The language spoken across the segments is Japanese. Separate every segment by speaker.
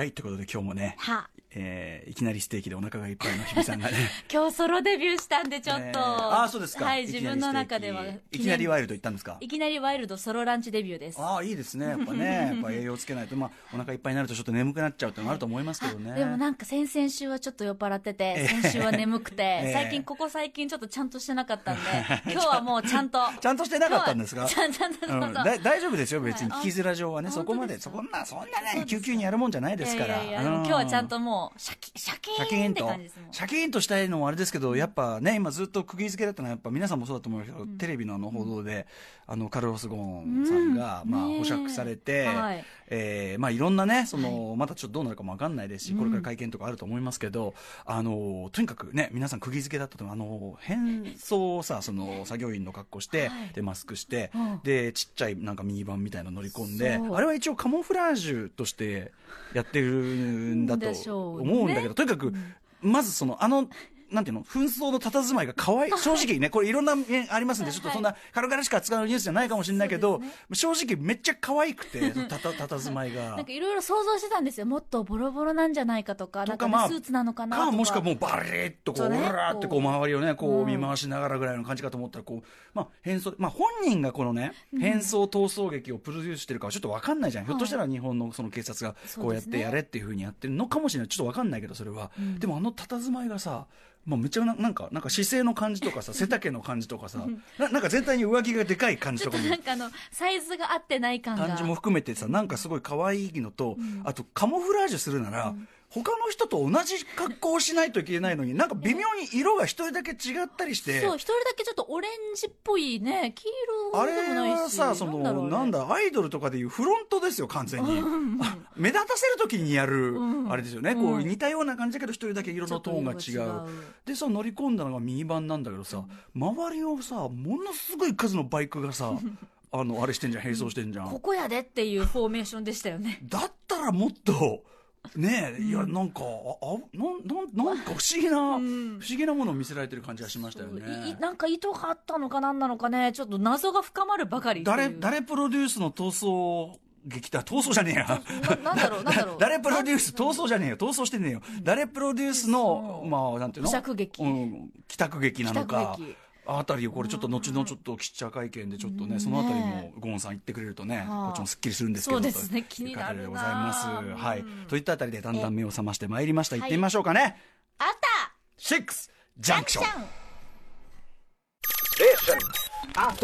Speaker 1: はい、ということで今日もね、
Speaker 2: は
Speaker 1: えーいきなりステーキでお腹がいっぱいの日比さんがね。
Speaker 2: 今日ソロデビューしたん でちょっと、
Speaker 1: えーああ、そうですか。
Speaker 2: はい
Speaker 1: き
Speaker 2: 自
Speaker 1: なり
Speaker 2: 分の中では
Speaker 1: ステーキいきなりワイルド行ったんですか
Speaker 2: いきなりワイルドソロランチデビューです
Speaker 1: ああ、いいですね。やっ ぱね、やっぱ栄養つけないと、まあ、お腹いっぱいになるとちょっと眠くなっちゃうってのもあると思いますけどね。
Speaker 2: あでもなんか先々週はちょっと酔っ払ってて、先週は眠くて、
Speaker 1: え
Speaker 2: 最近ここ最近ちょっとちゃんとしてなかったんで今日はもうちゃんと
Speaker 1: ちゃんとしてなかったんですか
Speaker 2: 今日はちゃんとちゃんと
Speaker 1: うん、だ大丈夫ですよ、別に。
Speaker 2: はいあ
Speaker 1: 聞きづら上はね、
Speaker 2: あ
Speaker 1: そこまで、
Speaker 2: 本当です
Speaker 1: そ
Speaker 2: か
Speaker 1: こ、まあ、そんなね、急々にやるもんじゃないですから。
Speaker 2: いやいやいやでも
Speaker 1: う
Speaker 2: 今日はちゃん。ともうシャキシャキ
Speaker 1: シャキ
Speaker 2: ー
Speaker 1: ー
Speaker 2: ンっ
Speaker 1: ン
Speaker 2: て
Speaker 1: と
Speaker 2: 感じですもん、
Speaker 1: シャキーンとしたいのもあれですけど、やっぱね、今ずっと釘付けだったのは、やっぱ皆さんもそうだと思いますけど、テレビのあの報道で、あの、カルロス・ゴーンさんが、
Speaker 2: うん
Speaker 1: まあ、
Speaker 2: ねえ
Speaker 1: 保釈されて、
Speaker 2: はい
Speaker 1: えーまあ、いろんなね、その、まだちょっとどうなるかもわかんないですし、これから会見とかあると思いますけど、あの、とにかくね、皆さん釘付けだったと思うあの、変装をさ、その、作業員の格好して、
Speaker 2: はい
Speaker 1: で、マスクして、
Speaker 2: うん
Speaker 1: で、ちっちゃいなんかミニバンみたいなの乗り込んで、
Speaker 2: そう
Speaker 1: あれは一応カモフラージュとしてやってるんだ
Speaker 2: でし
Speaker 1: と
Speaker 2: ょう
Speaker 1: 思う
Speaker 2: ね
Speaker 1: んだけど、とにかく、まずその、あの、なんていうの紛争の佇まいが可愛い。正直ね、これいろんな面ありますんで、ちょっとそんな軽々しく扱うニュースじゃないかもしれないけど、
Speaker 2: そうです
Speaker 1: 正直めっちゃ可愛く て、そのたた、佇まいが。
Speaker 2: なんかいろいろ想像してたんですよもっとボロボロなんじゃないかとか
Speaker 1: と
Speaker 2: なん
Speaker 1: か
Speaker 2: か、ね
Speaker 1: まあ
Speaker 2: スーツなのかなと
Speaker 1: か
Speaker 2: か
Speaker 1: もしくはもうバレーっとこう、
Speaker 2: そうね
Speaker 1: うらーってこう周りをね、こう
Speaker 2: う
Speaker 1: ん見回しながらぐらいの感じかと思ったら、こう、まあ変装、まあ本人がこのね、変装逃走劇をプロデュースしてるかはちょっとわかんないじゃん。ひょっとしたら日本のその警察がこうやって
Speaker 2: そうですね
Speaker 1: やれっていうふうにやってるのかもしれない。ちょっとわかんないけど、それは。でもあの佇まいがさ、まあめっちゃななんか、なんか姿勢の感じと かさ、背丈の感じとかさ、ななんか全体に上着がでかい感じ
Speaker 2: ちょ
Speaker 1: と
Speaker 2: っ
Speaker 1: か
Speaker 2: と
Speaker 1: も。
Speaker 2: なんかあのサイズが合ってない感が
Speaker 1: 感じも含めてさなんかすごい可愛いのと、あとカモフラージュするなら、他の人と同じ格好をしないといけないのになんか微妙に色が一人だけ違ったりして
Speaker 2: そう、一人だけちょっとオレンジっぽいね、黄
Speaker 1: あ
Speaker 2: 色
Speaker 1: れ
Speaker 2: でもない
Speaker 1: は
Speaker 2: し。
Speaker 1: さそのなんだ
Speaker 2: だ
Speaker 1: アイドルとかでいうフロントですよ完全に、あ目立たせる時にやる、あれですよね、こう
Speaker 2: うん
Speaker 1: 似たような感じだけど一人だけ色のトーンが
Speaker 2: ちょっ
Speaker 1: 違う
Speaker 2: と色が違う
Speaker 1: でさ乗り込んだのがミニバンなんだけどさ、周りをさものすごい数のバイクが さあのあれしてんじゃん並走してんじゃん
Speaker 2: ここやでっていうフォーメーションでしたよね。
Speaker 1: だったらもっと、ねえ、いや、なんか、あ、あなん、なん、なんか不思議な、不思議なものを見せられてる感じがしましたよ
Speaker 2: いい
Speaker 1: ね。
Speaker 2: なんか意図があったのかなんなのかね、ちょっと謎が深まるばかりっていう。
Speaker 1: 誰、誰プロデュースの闘争劇だ、闘争じゃねえや。
Speaker 2: ななんだ ろう、なんだろう。
Speaker 1: 誰プロデュース、闘争じゃねえよ、闘争してねえよ。誰プロデュースの、
Speaker 2: そう
Speaker 1: まあ、なんていうの
Speaker 2: 帰宅劇
Speaker 1: うん、帰宅劇なのか
Speaker 2: 帰宅劇。
Speaker 1: あたりをこれちょっと後のちょっと記者会見でちょっとね、そのあたりもゴーンさん言ってくれるとね、
Speaker 2: はあ
Speaker 1: こっちもすっきりするんですけど
Speaker 2: そうですね気にな
Speaker 1: という形で
Speaker 2: るな
Speaker 1: ございます。はい。といったあたりでだんだん目を覚ましてまいりました。行
Speaker 2: は
Speaker 1: っ
Speaker 2: い
Speaker 1: てみましょうかね。
Speaker 2: あった
Speaker 1: シックスジャンクション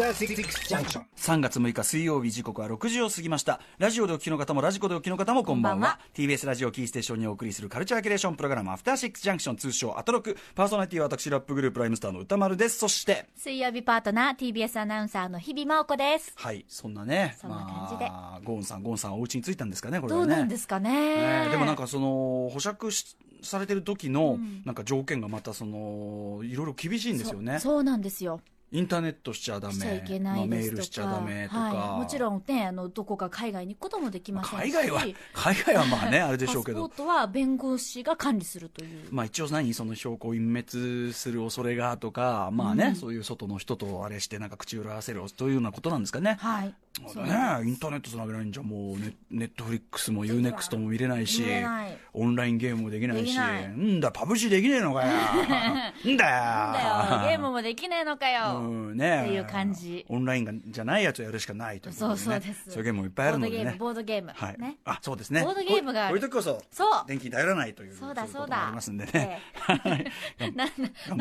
Speaker 1: 3月6日水曜日時刻は6時を過ぎましたラジオでお聞きの方もラジコでお聞きの方もこんばんは
Speaker 2: こんばんは
Speaker 1: TBS ラジオキーステーションにお送りするカルチャーキュレーションプログラム「アフターシックスジャンクション」通称アトロクパーソナリティは私ラップグループライムスターの歌丸ですそして
Speaker 2: 水曜日パートナー、TBS アナウンサーの日々真央子です。
Speaker 1: はいそんなね
Speaker 2: そんな感じで
Speaker 1: まあ、ゴーンさんゴーンさんお家に着いたんですかねこれ
Speaker 2: ど
Speaker 1: は
Speaker 2: う
Speaker 1: ね
Speaker 2: なんですか
Speaker 1: ね
Speaker 2: ね。
Speaker 1: でもなん、かその保釈しされてる時のなんか条件がまたそのいろいろ厳しいんですよね
Speaker 2: そうなんですよ。
Speaker 1: インターネットしちゃダメ
Speaker 2: しちゃいけな
Speaker 1: まあ
Speaker 2: い
Speaker 1: メ
Speaker 2: で
Speaker 1: ー
Speaker 2: すとか、
Speaker 1: ルしちゃダメとか、
Speaker 2: はい、もちろんねあのどこか海外に行くこともできません
Speaker 1: 海
Speaker 2: し
Speaker 1: 外は海外はまあねあれでしょうけ
Speaker 2: パ
Speaker 1: ど
Speaker 2: スポートは弁護士が管理するという
Speaker 1: まあ一応何その証拠を隠滅する恐れがとかまあね、そういう外の人とあれしてなんか口裏合わせるというようなことなんですかね、
Speaker 2: はい
Speaker 1: まあ
Speaker 2: そう
Speaker 1: ねインターネットつなげないんじゃもうネネットフリックスも UNEXT も見れないし
Speaker 2: 見れない
Speaker 1: オンラインゲームもできない
Speaker 2: で
Speaker 1: し
Speaker 2: きない
Speaker 1: んだパブ G できねえのか よん
Speaker 2: なんだ
Speaker 1: だ
Speaker 2: よ
Speaker 1: よ
Speaker 2: ゲームもできねえのかよ、
Speaker 1: うんね、
Speaker 2: っていう感じ
Speaker 1: オンラインがじゃないやつをやるしかないということ
Speaker 2: そ
Speaker 1: で、
Speaker 2: う
Speaker 1: ね、
Speaker 2: そうです
Speaker 1: そういうゲームもいっぱいあるのでね
Speaker 2: ボードゲームボードゲーム、
Speaker 1: はい、
Speaker 2: ね
Speaker 1: あそうですね
Speaker 2: ボードゲームが
Speaker 1: こういう時こそ
Speaker 2: そう
Speaker 1: 電気に頼らないという
Speaker 2: そうだ
Speaker 1: いこと
Speaker 2: そうだ
Speaker 1: もありますんでね、
Speaker 2: ええ
Speaker 1: 頑
Speaker 2: な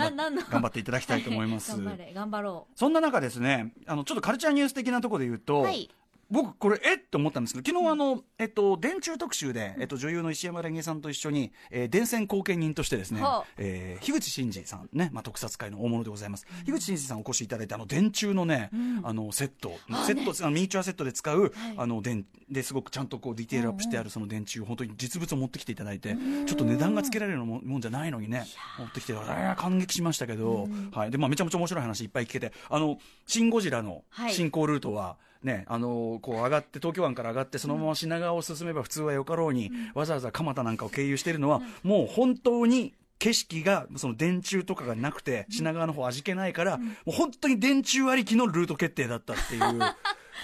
Speaker 1: 張
Speaker 2: んなんの
Speaker 1: 頑張っていただきたいと思います、
Speaker 2: 頑張れ頑張ろ
Speaker 1: そんな中ですねあのちょっとカルチャーニュース的なところで言うと、
Speaker 2: はい
Speaker 1: 僕これえっと思ったんですけど昨日あの、えっと、電柱特集で、えっと、女優の石山レンゲさんと一緒に、えー電線後見人としてですね
Speaker 2: ほう、
Speaker 1: えー樋口真嗣さんね、まあ、特撮界の大物でございます、樋口真嗣さんお越しいただいてあの電柱のね、あのセットセットあのミニチュアセットで使う、あの電ですごくちゃんとこうディテールアップしてあるその電柱本当に実物を持ってきていただいてちょっと値段がつけられるのももんじゃないのにね持ってきてあら感激しましたけど、はい、で、まあ、めちゃめちゃ面白い話いっぱい聞けてあの「シン・ゴジラ」の
Speaker 2: はい
Speaker 1: 進行ルートは、ね、あのこう上がって東京湾から上がってそのまま品川を進めば普通はよかろうに、わざわざ蒲田なんかを経由しているのは、もう本当に景色がその電柱とかがな くて品川の方味気ないから、もう本当に電柱ありきのルート決定だったっていう。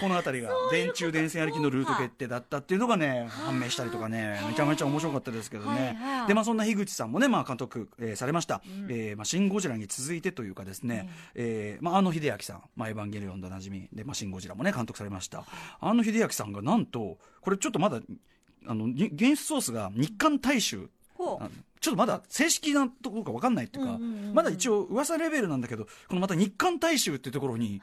Speaker 1: この辺りが電柱電線ありきのルート決定だったっていうのがね判明したりとかねめちゃめちゃ面白かったですけどね、
Speaker 2: はいはい
Speaker 1: でまあそんな樋口さんもねまあ監督、えーされました「えーまあ、シン・ゴジラ」に続いてというかですね、えーまあ、あの秀明さん「まあ、エヴァンゲリオン」でおなじみで「まあ、シン・ゴジラ」もね監督されましたあの秀明さんがなんとこれちょっとまだあのに原始ソースが日韓大衆
Speaker 2: ほ
Speaker 1: あのちょっとまだ正式なところか分かんないっていうか、
Speaker 2: うんうんうんうん
Speaker 1: まだ一応噂レベルなんだけどこのまた日韓大衆っていうところに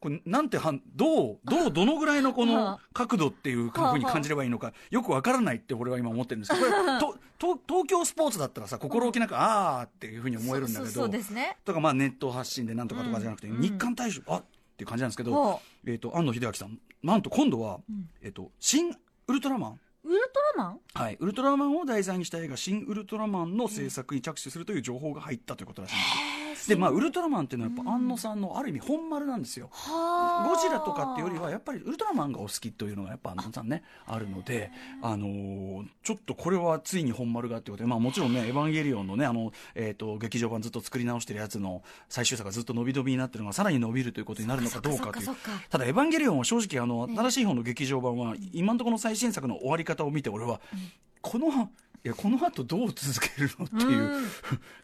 Speaker 1: これなんてはんどうどうどのぐらいのこの角度っていうふうに感じればいいのかよく分からないって俺は今思ってるん ですけどこれとと東京スポーツだったらさ心置きなくああっていうふうに
Speaker 2: う
Speaker 1: 思えるんだけ
Speaker 2: そうそうそう
Speaker 1: ど
Speaker 2: ですね
Speaker 1: とかまあネット発信でなんとかとかじゃなくて、
Speaker 2: うん
Speaker 1: 日韓大衆あっていう感じなんですけど
Speaker 2: ほ、
Speaker 1: えー、と安野秀明さんなんと今度は、
Speaker 2: うん
Speaker 1: えー、と新ウルトラマン
Speaker 2: ウルトラマン
Speaker 1: はい、ウルトラマンを題材にした映画「新ウルトラマン」の制作に着手するという情報が入ったということらしいんですよでまあウルトラマンっていうのはやっぱ安野さんのある意味本丸なんですよ
Speaker 2: は
Speaker 1: ゴジラとかっていうよりはやっぱりウルトラマンがお好きというのがやっぱ安野さんねあるので、あのーちょっとこれはついに本丸がってことで、まあ、もちろんね「エヴァンゲリオン」のねあの、えー、と劇場版ずっと作り直してるやつの最終作がずっと伸び伸びになってるのがさらに伸びるということになるのかどうかという
Speaker 2: そっかそっかそっか
Speaker 1: ただ「エヴァンゲリオン」は正直あの新しい方の劇場版は今のところの最新作の終わり方を見て俺はこのいやこの後どう続けるのっていう
Speaker 2: うん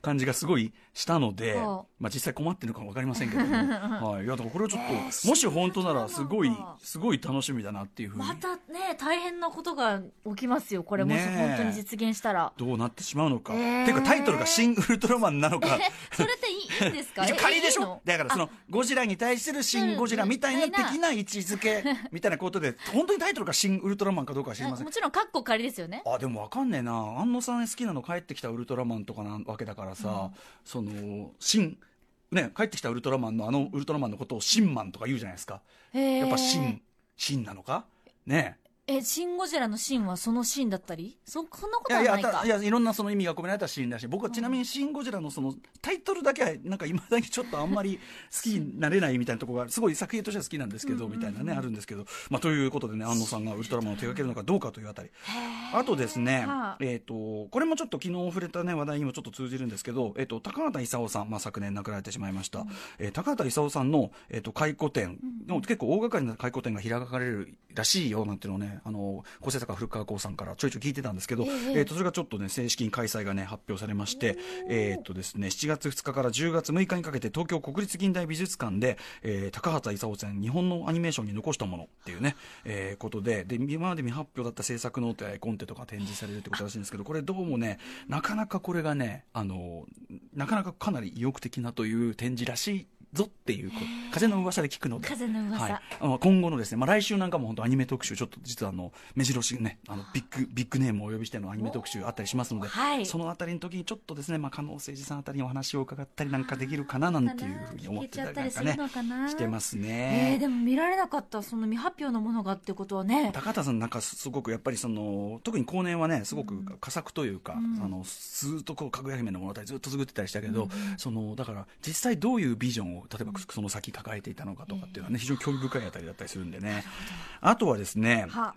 Speaker 1: 感じがすごいしたので、
Speaker 2: そ
Speaker 1: まあ、実際困ってるのか分かりませんけ ども、はい、いやだからこれはちょっと、もし本当ならすごい
Speaker 2: そうなんだ
Speaker 1: すごい楽しみだなっていうふうに
Speaker 2: またね大変なことが起きますよこれもし
Speaker 1: ねえ
Speaker 2: 本当に実現したら、
Speaker 1: どうなってしまうのか、
Speaker 2: えー
Speaker 1: っていうかタイトルが「新ウルトラマン」なの か
Speaker 2: それっていいいいんですか
Speaker 1: 一応仮でし
Speaker 2: えいい
Speaker 1: ょ
Speaker 2: の
Speaker 1: だからそのゴジラに対する「新ゴジラ」みたいな
Speaker 2: うんうん
Speaker 1: 的な位置づけみたいなことで本当にタイトルが「新ウルトラマン」かどうかは知りません
Speaker 2: もちろんカッコ仮ですよね
Speaker 1: あでもわかんねえな安野さん好きなの帰ってきたウルトラマンとかなわけだからさ、その新ね帰ってきたウルトラマンのあのウルトラマンのことを新マンとか言うじゃないですか、
Speaker 2: や
Speaker 1: やっぱ新新なのかね
Speaker 2: え、シン・ゴジラのシンはそのシーンだったりそ、こんなこ
Speaker 1: い
Speaker 2: と
Speaker 1: や
Speaker 2: はい
Speaker 1: や
Speaker 2: ない
Speaker 1: た
Speaker 2: か。
Speaker 1: いやいろんなその意味が込められたシーンだし僕はちなみに「シン・ゴジラ」のそのタイトルだけはなんかいまだにちょっとあんまり好きになれないみたいなところがすごい作品としては好きなんですけど、みたいなねあるんですけど、まあ、ということでね安野さんがウルトラマンを手掛けるのかどうかというあたりあとですね、
Speaker 2: はあ
Speaker 1: えっ、と、これもちょっと昨日触れたね、話題にもちょっと通じるんですけど、えっ、と、高畑勲さん、まあ、昨年亡くなられてしまいました。えー高畑勲さんの、えっ、と、回顧展の、結構大掛かりな回顧展が開かれるらしいよ、なんていうのをね、あの、構成作家古川光さんからちょいちょい聞いてたんですけど、えっ、と、それがちょっとね、正式に開催がね、発表されまして、えっ、とですね、7月2日から10月6日にかけて東京国立近代美術館で、えー高畑勲さん、日本のアニメーションに残したものっていうね、えーことで、で、今まで未発表だった制作ノートや絵コンテとか展示されるってことらしいんですけど、これどうもね、なかなかこれがね、あの、なかなかかなり意欲的なという展示らしいぞっていう、こう風の噂で聞くので。
Speaker 2: 風の噂
Speaker 1: はいあの今後のですね、まあ、来週なんかも本当アニメ特集、ちょっと実はあの、目白しね、あの、ビッグ、ビッグネームをお呼びしてのアニメ特集あったりしますので、
Speaker 2: はい
Speaker 1: そのあたりの時にちょっとですね、まあ、加納誠二さんあたりにお話を伺ったりなんかできるかななんていうふうに思ってたりなんかね
Speaker 2: 聞けちゃったりするのか、な
Speaker 1: してますね。
Speaker 2: えー、でも見られなかった、その未発表のものがってことはね。
Speaker 1: 高畑さんなんかすごくやっぱりその特に後年はねすごく佳作というか、
Speaker 2: うん
Speaker 1: あのずーっとこうかぐや姫の物語ずっと作ってたりしたけど、そのだから実際どういうビジョンを例えばその先抱えていたのかとかっていうのはね非常に興味深いあたりだったりするんでね、あとはですね
Speaker 2: は、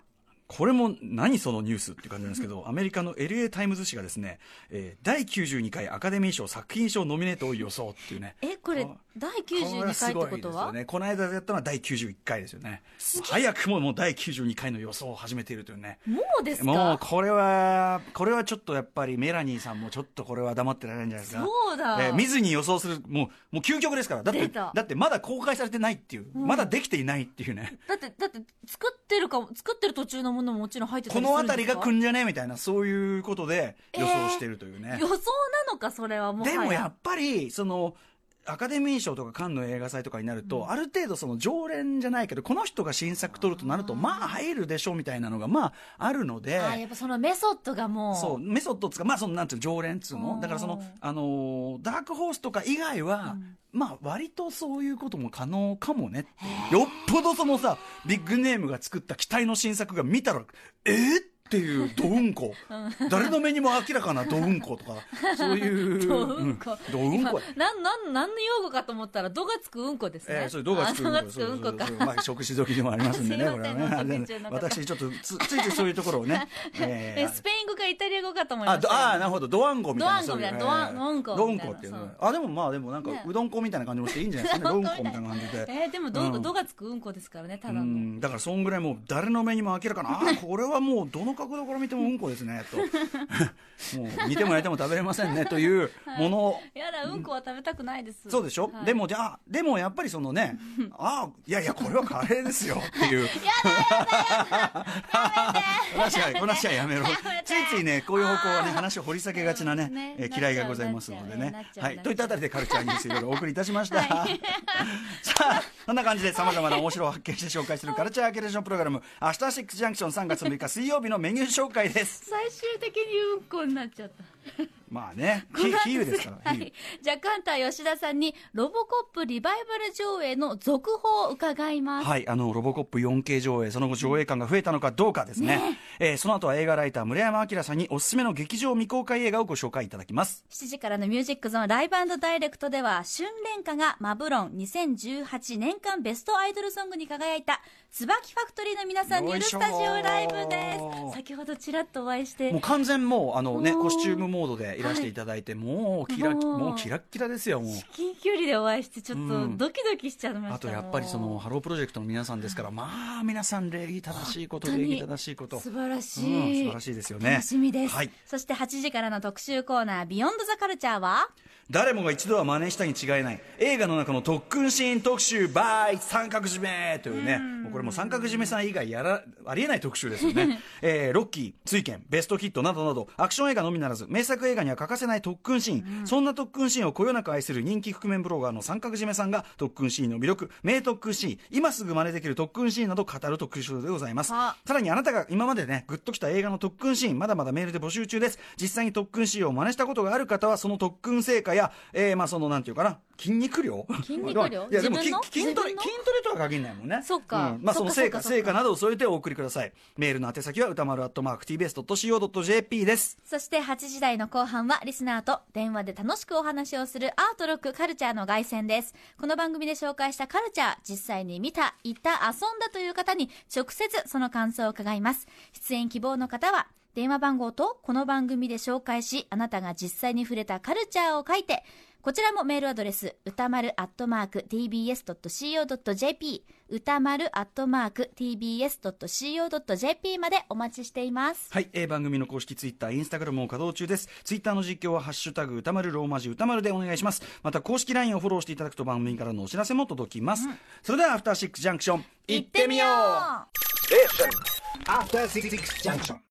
Speaker 1: これも何そのニュースって感じなんですけど、アメリカの LA タイムズ紙がですね、えー第92回アカデミー賞作品賞ノミネートを予想っていうね。
Speaker 2: え、これ
Speaker 1: あ、
Speaker 2: 第92回ってことは
Speaker 1: これすごいですよね、この間やったのは第91回ですよね早くももう第92回の予想を始めているというね
Speaker 2: もうですか
Speaker 1: もうこれはこれはちょっとやっぱりメラニーさんもちょっとこれは黙ってられないんじゃないですか
Speaker 2: そうだ
Speaker 1: えー見ずに予想するもうもう究極ですからだって
Speaker 2: 出た
Speaker 1: だってまだ公開されてないっていう、まだできていないっていうね
Speaker 2: だって、だって、作ってるかも、作ってる途中のものももちろん入ってた
Speaker 1: こ
Speaker 2: りする
Speaker 1: の
Speaker 2: んですか
Speaker 1: 辺りが来んじゃねえみたいなそういうことで予想しているというね、
Speaker 2: 予想なのか、それはもう。
Speaker 1: でもやっぱりそのアカデミー賞とかカンヌ映画祭とかになると、ある程度その常連じゃないけどこの人が新作撮るとなるとまあ入るでしょうみたいなのがまああるので。
Speaker 2: あーやっぱそのメソッドがもう。
Speaker 1: そうメソッドっつうかまあそのなんていうの常連っつう
Speaker 2: う
Speaker 1: の
Speaker 2: ん
Speaker 1: だからそのあのーダークホースとか以外は、まあ割とそういうことも可能かもねっていうよっぽどそのさビッグネームが作った期待の新作が見たらえー、っっていうどうんこ、誰の目にも明らかなどうんことかそういう
Speaker 2: どうんこ
Speaker 1: どうんこ
Speaker 2: 今なん、なん、なんの用語かと思ったら、どがつくうんこですね。
Speaker 1: えー、それどうがつくうん
Speaker 2: あ
Speaker 1: こ
Speaker 2: どがつくうんこか。
Speaker 1: そうそうそうまあ食事時でもありますんでね
Speaker 2: すいま
Speaker 1: これは
Speaker 2: せん
Speaker 1: ね あれ
Speaker 2: ご説明中の方
Speaker 1: 私ちょっとつついついそういうところを ね、えー
Speaker 2: えスペイン語かイタリア語かと思いま
Speaker 1: あ
Speaker 2: した
Speaker 1: ど
Speaker 2: よ。
Speaker 1: あーなるほどドワンゴみたいな
Speaker 2: ドワンゴみたいな
Speaker 1: そううね
Speaker 2: ドワンドワンゴ
Speaker 1: ドワン
Speaker 2: み
Speaker 1: ゴ
Speaker 2: たいな
Speaker 1: っていう
Speaker 2: そう
Speaker 1: あでもまあでもなんか、
Speaker 2: ね
Speaker 1: うどんこみたいな感じもしていいんじゃないです かねドンコみたいな感じで
Speaker 2: えーでもど、
Speaker 1: う
Speaker 2: うんどがつくうんこですからね、た
Speaker 1: う
Speaker 2: だの。
Speaker 1: んだからそんぐらいもう誰の目にも明らかなあ ーこれはもうどの角度から見てもうんこですねと もう煮ても焼いても食べれませんねというものを
Speaker 2: やだ、うんこは食べたくないです。
Speaker 1: そうでしょ、
Speaker 2: はい
Speaker 1: でもじゃあでもやっぱりその ねああいやいやこれはカレーですよっていうやだやだやだ 話は話はやめろついついねこういう方向はね話を掘り下げがちなね
Speaker 2: うんね
Speaker 1: えー嫌いがございますのでね
Speaker 2: なっちゃう
Speaker 1: は
Speaker 2: ね
Speaker 1: い
Speaker 2: なっちゃう
Speaker 1: といったあたりでカルチャーニュースいろいろお送りいたしました、
Speaker 2: は
Speaker 1: さあこんな感じでさまざまな面白を発見して紹介するカルチャーアキュレーションプログラム「明日シックスジャンクション」3月6日水曜日のメニュー紹介です
Speaker 2: 最終的にうんこになっちゃった。
Speaker 1: まあね
Speaker 2: こ
Speaker 1: ひ
Speaker 2: の後
Speaker 1: 比喩ですから、
Speaker 2: は
Speaker 1: 比喩
Speaker 2: い。じゃあ、カンター吉田さんに、ロボコップリバイバル上映の続報を伺います。
Speaker 1: はい、あのロボコップ 4K 上映、その後、上映感が増えたのかどうかですね、えーその後は映画ライター、村山明さんにおすすめの劇場未公開映画をご紹介いただきます。
Speaker 2: 7時からのミュージックゾーンライブダイレクトでは、春蓮歌がマブロン2018年間ベストアイドルソングに輝いた、椿ファクトリーの皆さんによるスタジオライブ
Speaker 1: よいしょ
Speaker 2: です。先ほどちらっとお会いして
Speaker 1: もう、完全もうあの、ね、
Speaker 2: おー
Speaker 1: コスチュームモードでいらしていただいて、もうキラ
Speaker 2: おー
Speaker 1: もうキラッキラですよ、もう。
Speaker 2: 近距離でお会いして、ちょっ
Speaker 1: う
Speaker 2: と
Speaker 1: ん
Speaker 2: ドキドキしちゃいました。
Speaker 1: あとやっぱりその
Speaker 2: も
Speaker 1: ハロープロジェクトの皆さんですから、まあ皆さん礼儀正しいこと、
Speaker 2: 本当
Speaker 1: 礼
Speaker 2: に
Speaker 1: 儀正しいこと
Speaker 2: う、素晴らし
Speaker 1: うん素
Speaker 2: い。
Speaker 1: 晴らしいですよね
Speaker 2: 楽しみです。
Speaker 1: はい
Speaker 2: そして8時からの特集コーナー、ビヨンドザカルチャーは、
Speaker 1: 誰もが一度は真似したに違いない映画の中の特訓シーン特集 by 三角締めというねもうこれもう三角締めさん以外やらありえない特集ですよ ね、えーロッキー追剣ベストヒットなどなどアクション映画のみならず名作映画には欠かせない特訓シーン、そんな特訓シーンをこよなく愛する人気覆面ブロガーの三角締めさんが特訓シーンの魅力名特訓シーン今すぐ真似できる特訓シーンなど語る特集でございます
Speaker 2: は
Speaker 1: さらにあなたが今までね、グッときた映画の特訓シーン、まだまだメールで募集中です。実際に特訓シーンを真似したことがある方は、その特訓成果や、えー、まあその、なんていうかな、筋肉量
Speaker 2: 筋肉量
Speaker 1: いや、でもき
Speaker 2: 自分の
Speaker 1: 筋トレ、
Speaker 2: 自分の
Speaker 1: 筋トレとは限らないもんね。
Speaker 2: そっか
Speaker 1: んまあその
Speaker 2: そ
Speaker 1: 成
Speaker 2: っか
Speaker 1: 果、
Speaker 2: そっかそ
Speaker 1: 成
Speaker 2: っか
Speaker 1: 果などを添えてお送りください。メールの宛先は、歌丸アットマーク tbs.co.jp です。
Speaker 2: そして8時台の後半はリスナーと電話で楽しくお話をするアートロックカルチャーの凱旋です。この番組で紹介したカルチャー、実際に見た、行った、遊んだという方に直接その感想を伺います。出演希望の方は電話番号とこの番組で紹介し、あなたが実際に触れたカルチャーを書いて、こちらもメールアドレス、歌丸アットマーク tbs.co.jp、歌丸アットマーク tbs.co.jp までお待ちしています。
Speaker 1: はい、えー番組の公式ツイッター、インスタグラムも稼働中です。ツイッターの実況は、ハッシュタグ、歌丸ローマ字歌丸でお願いします。また、公式 LINE をフォローしていただくと番組からのお知らせも届きます。それでは、アフターシックスジャンクション、行ってみよう
Speaker 3: After Six Junction.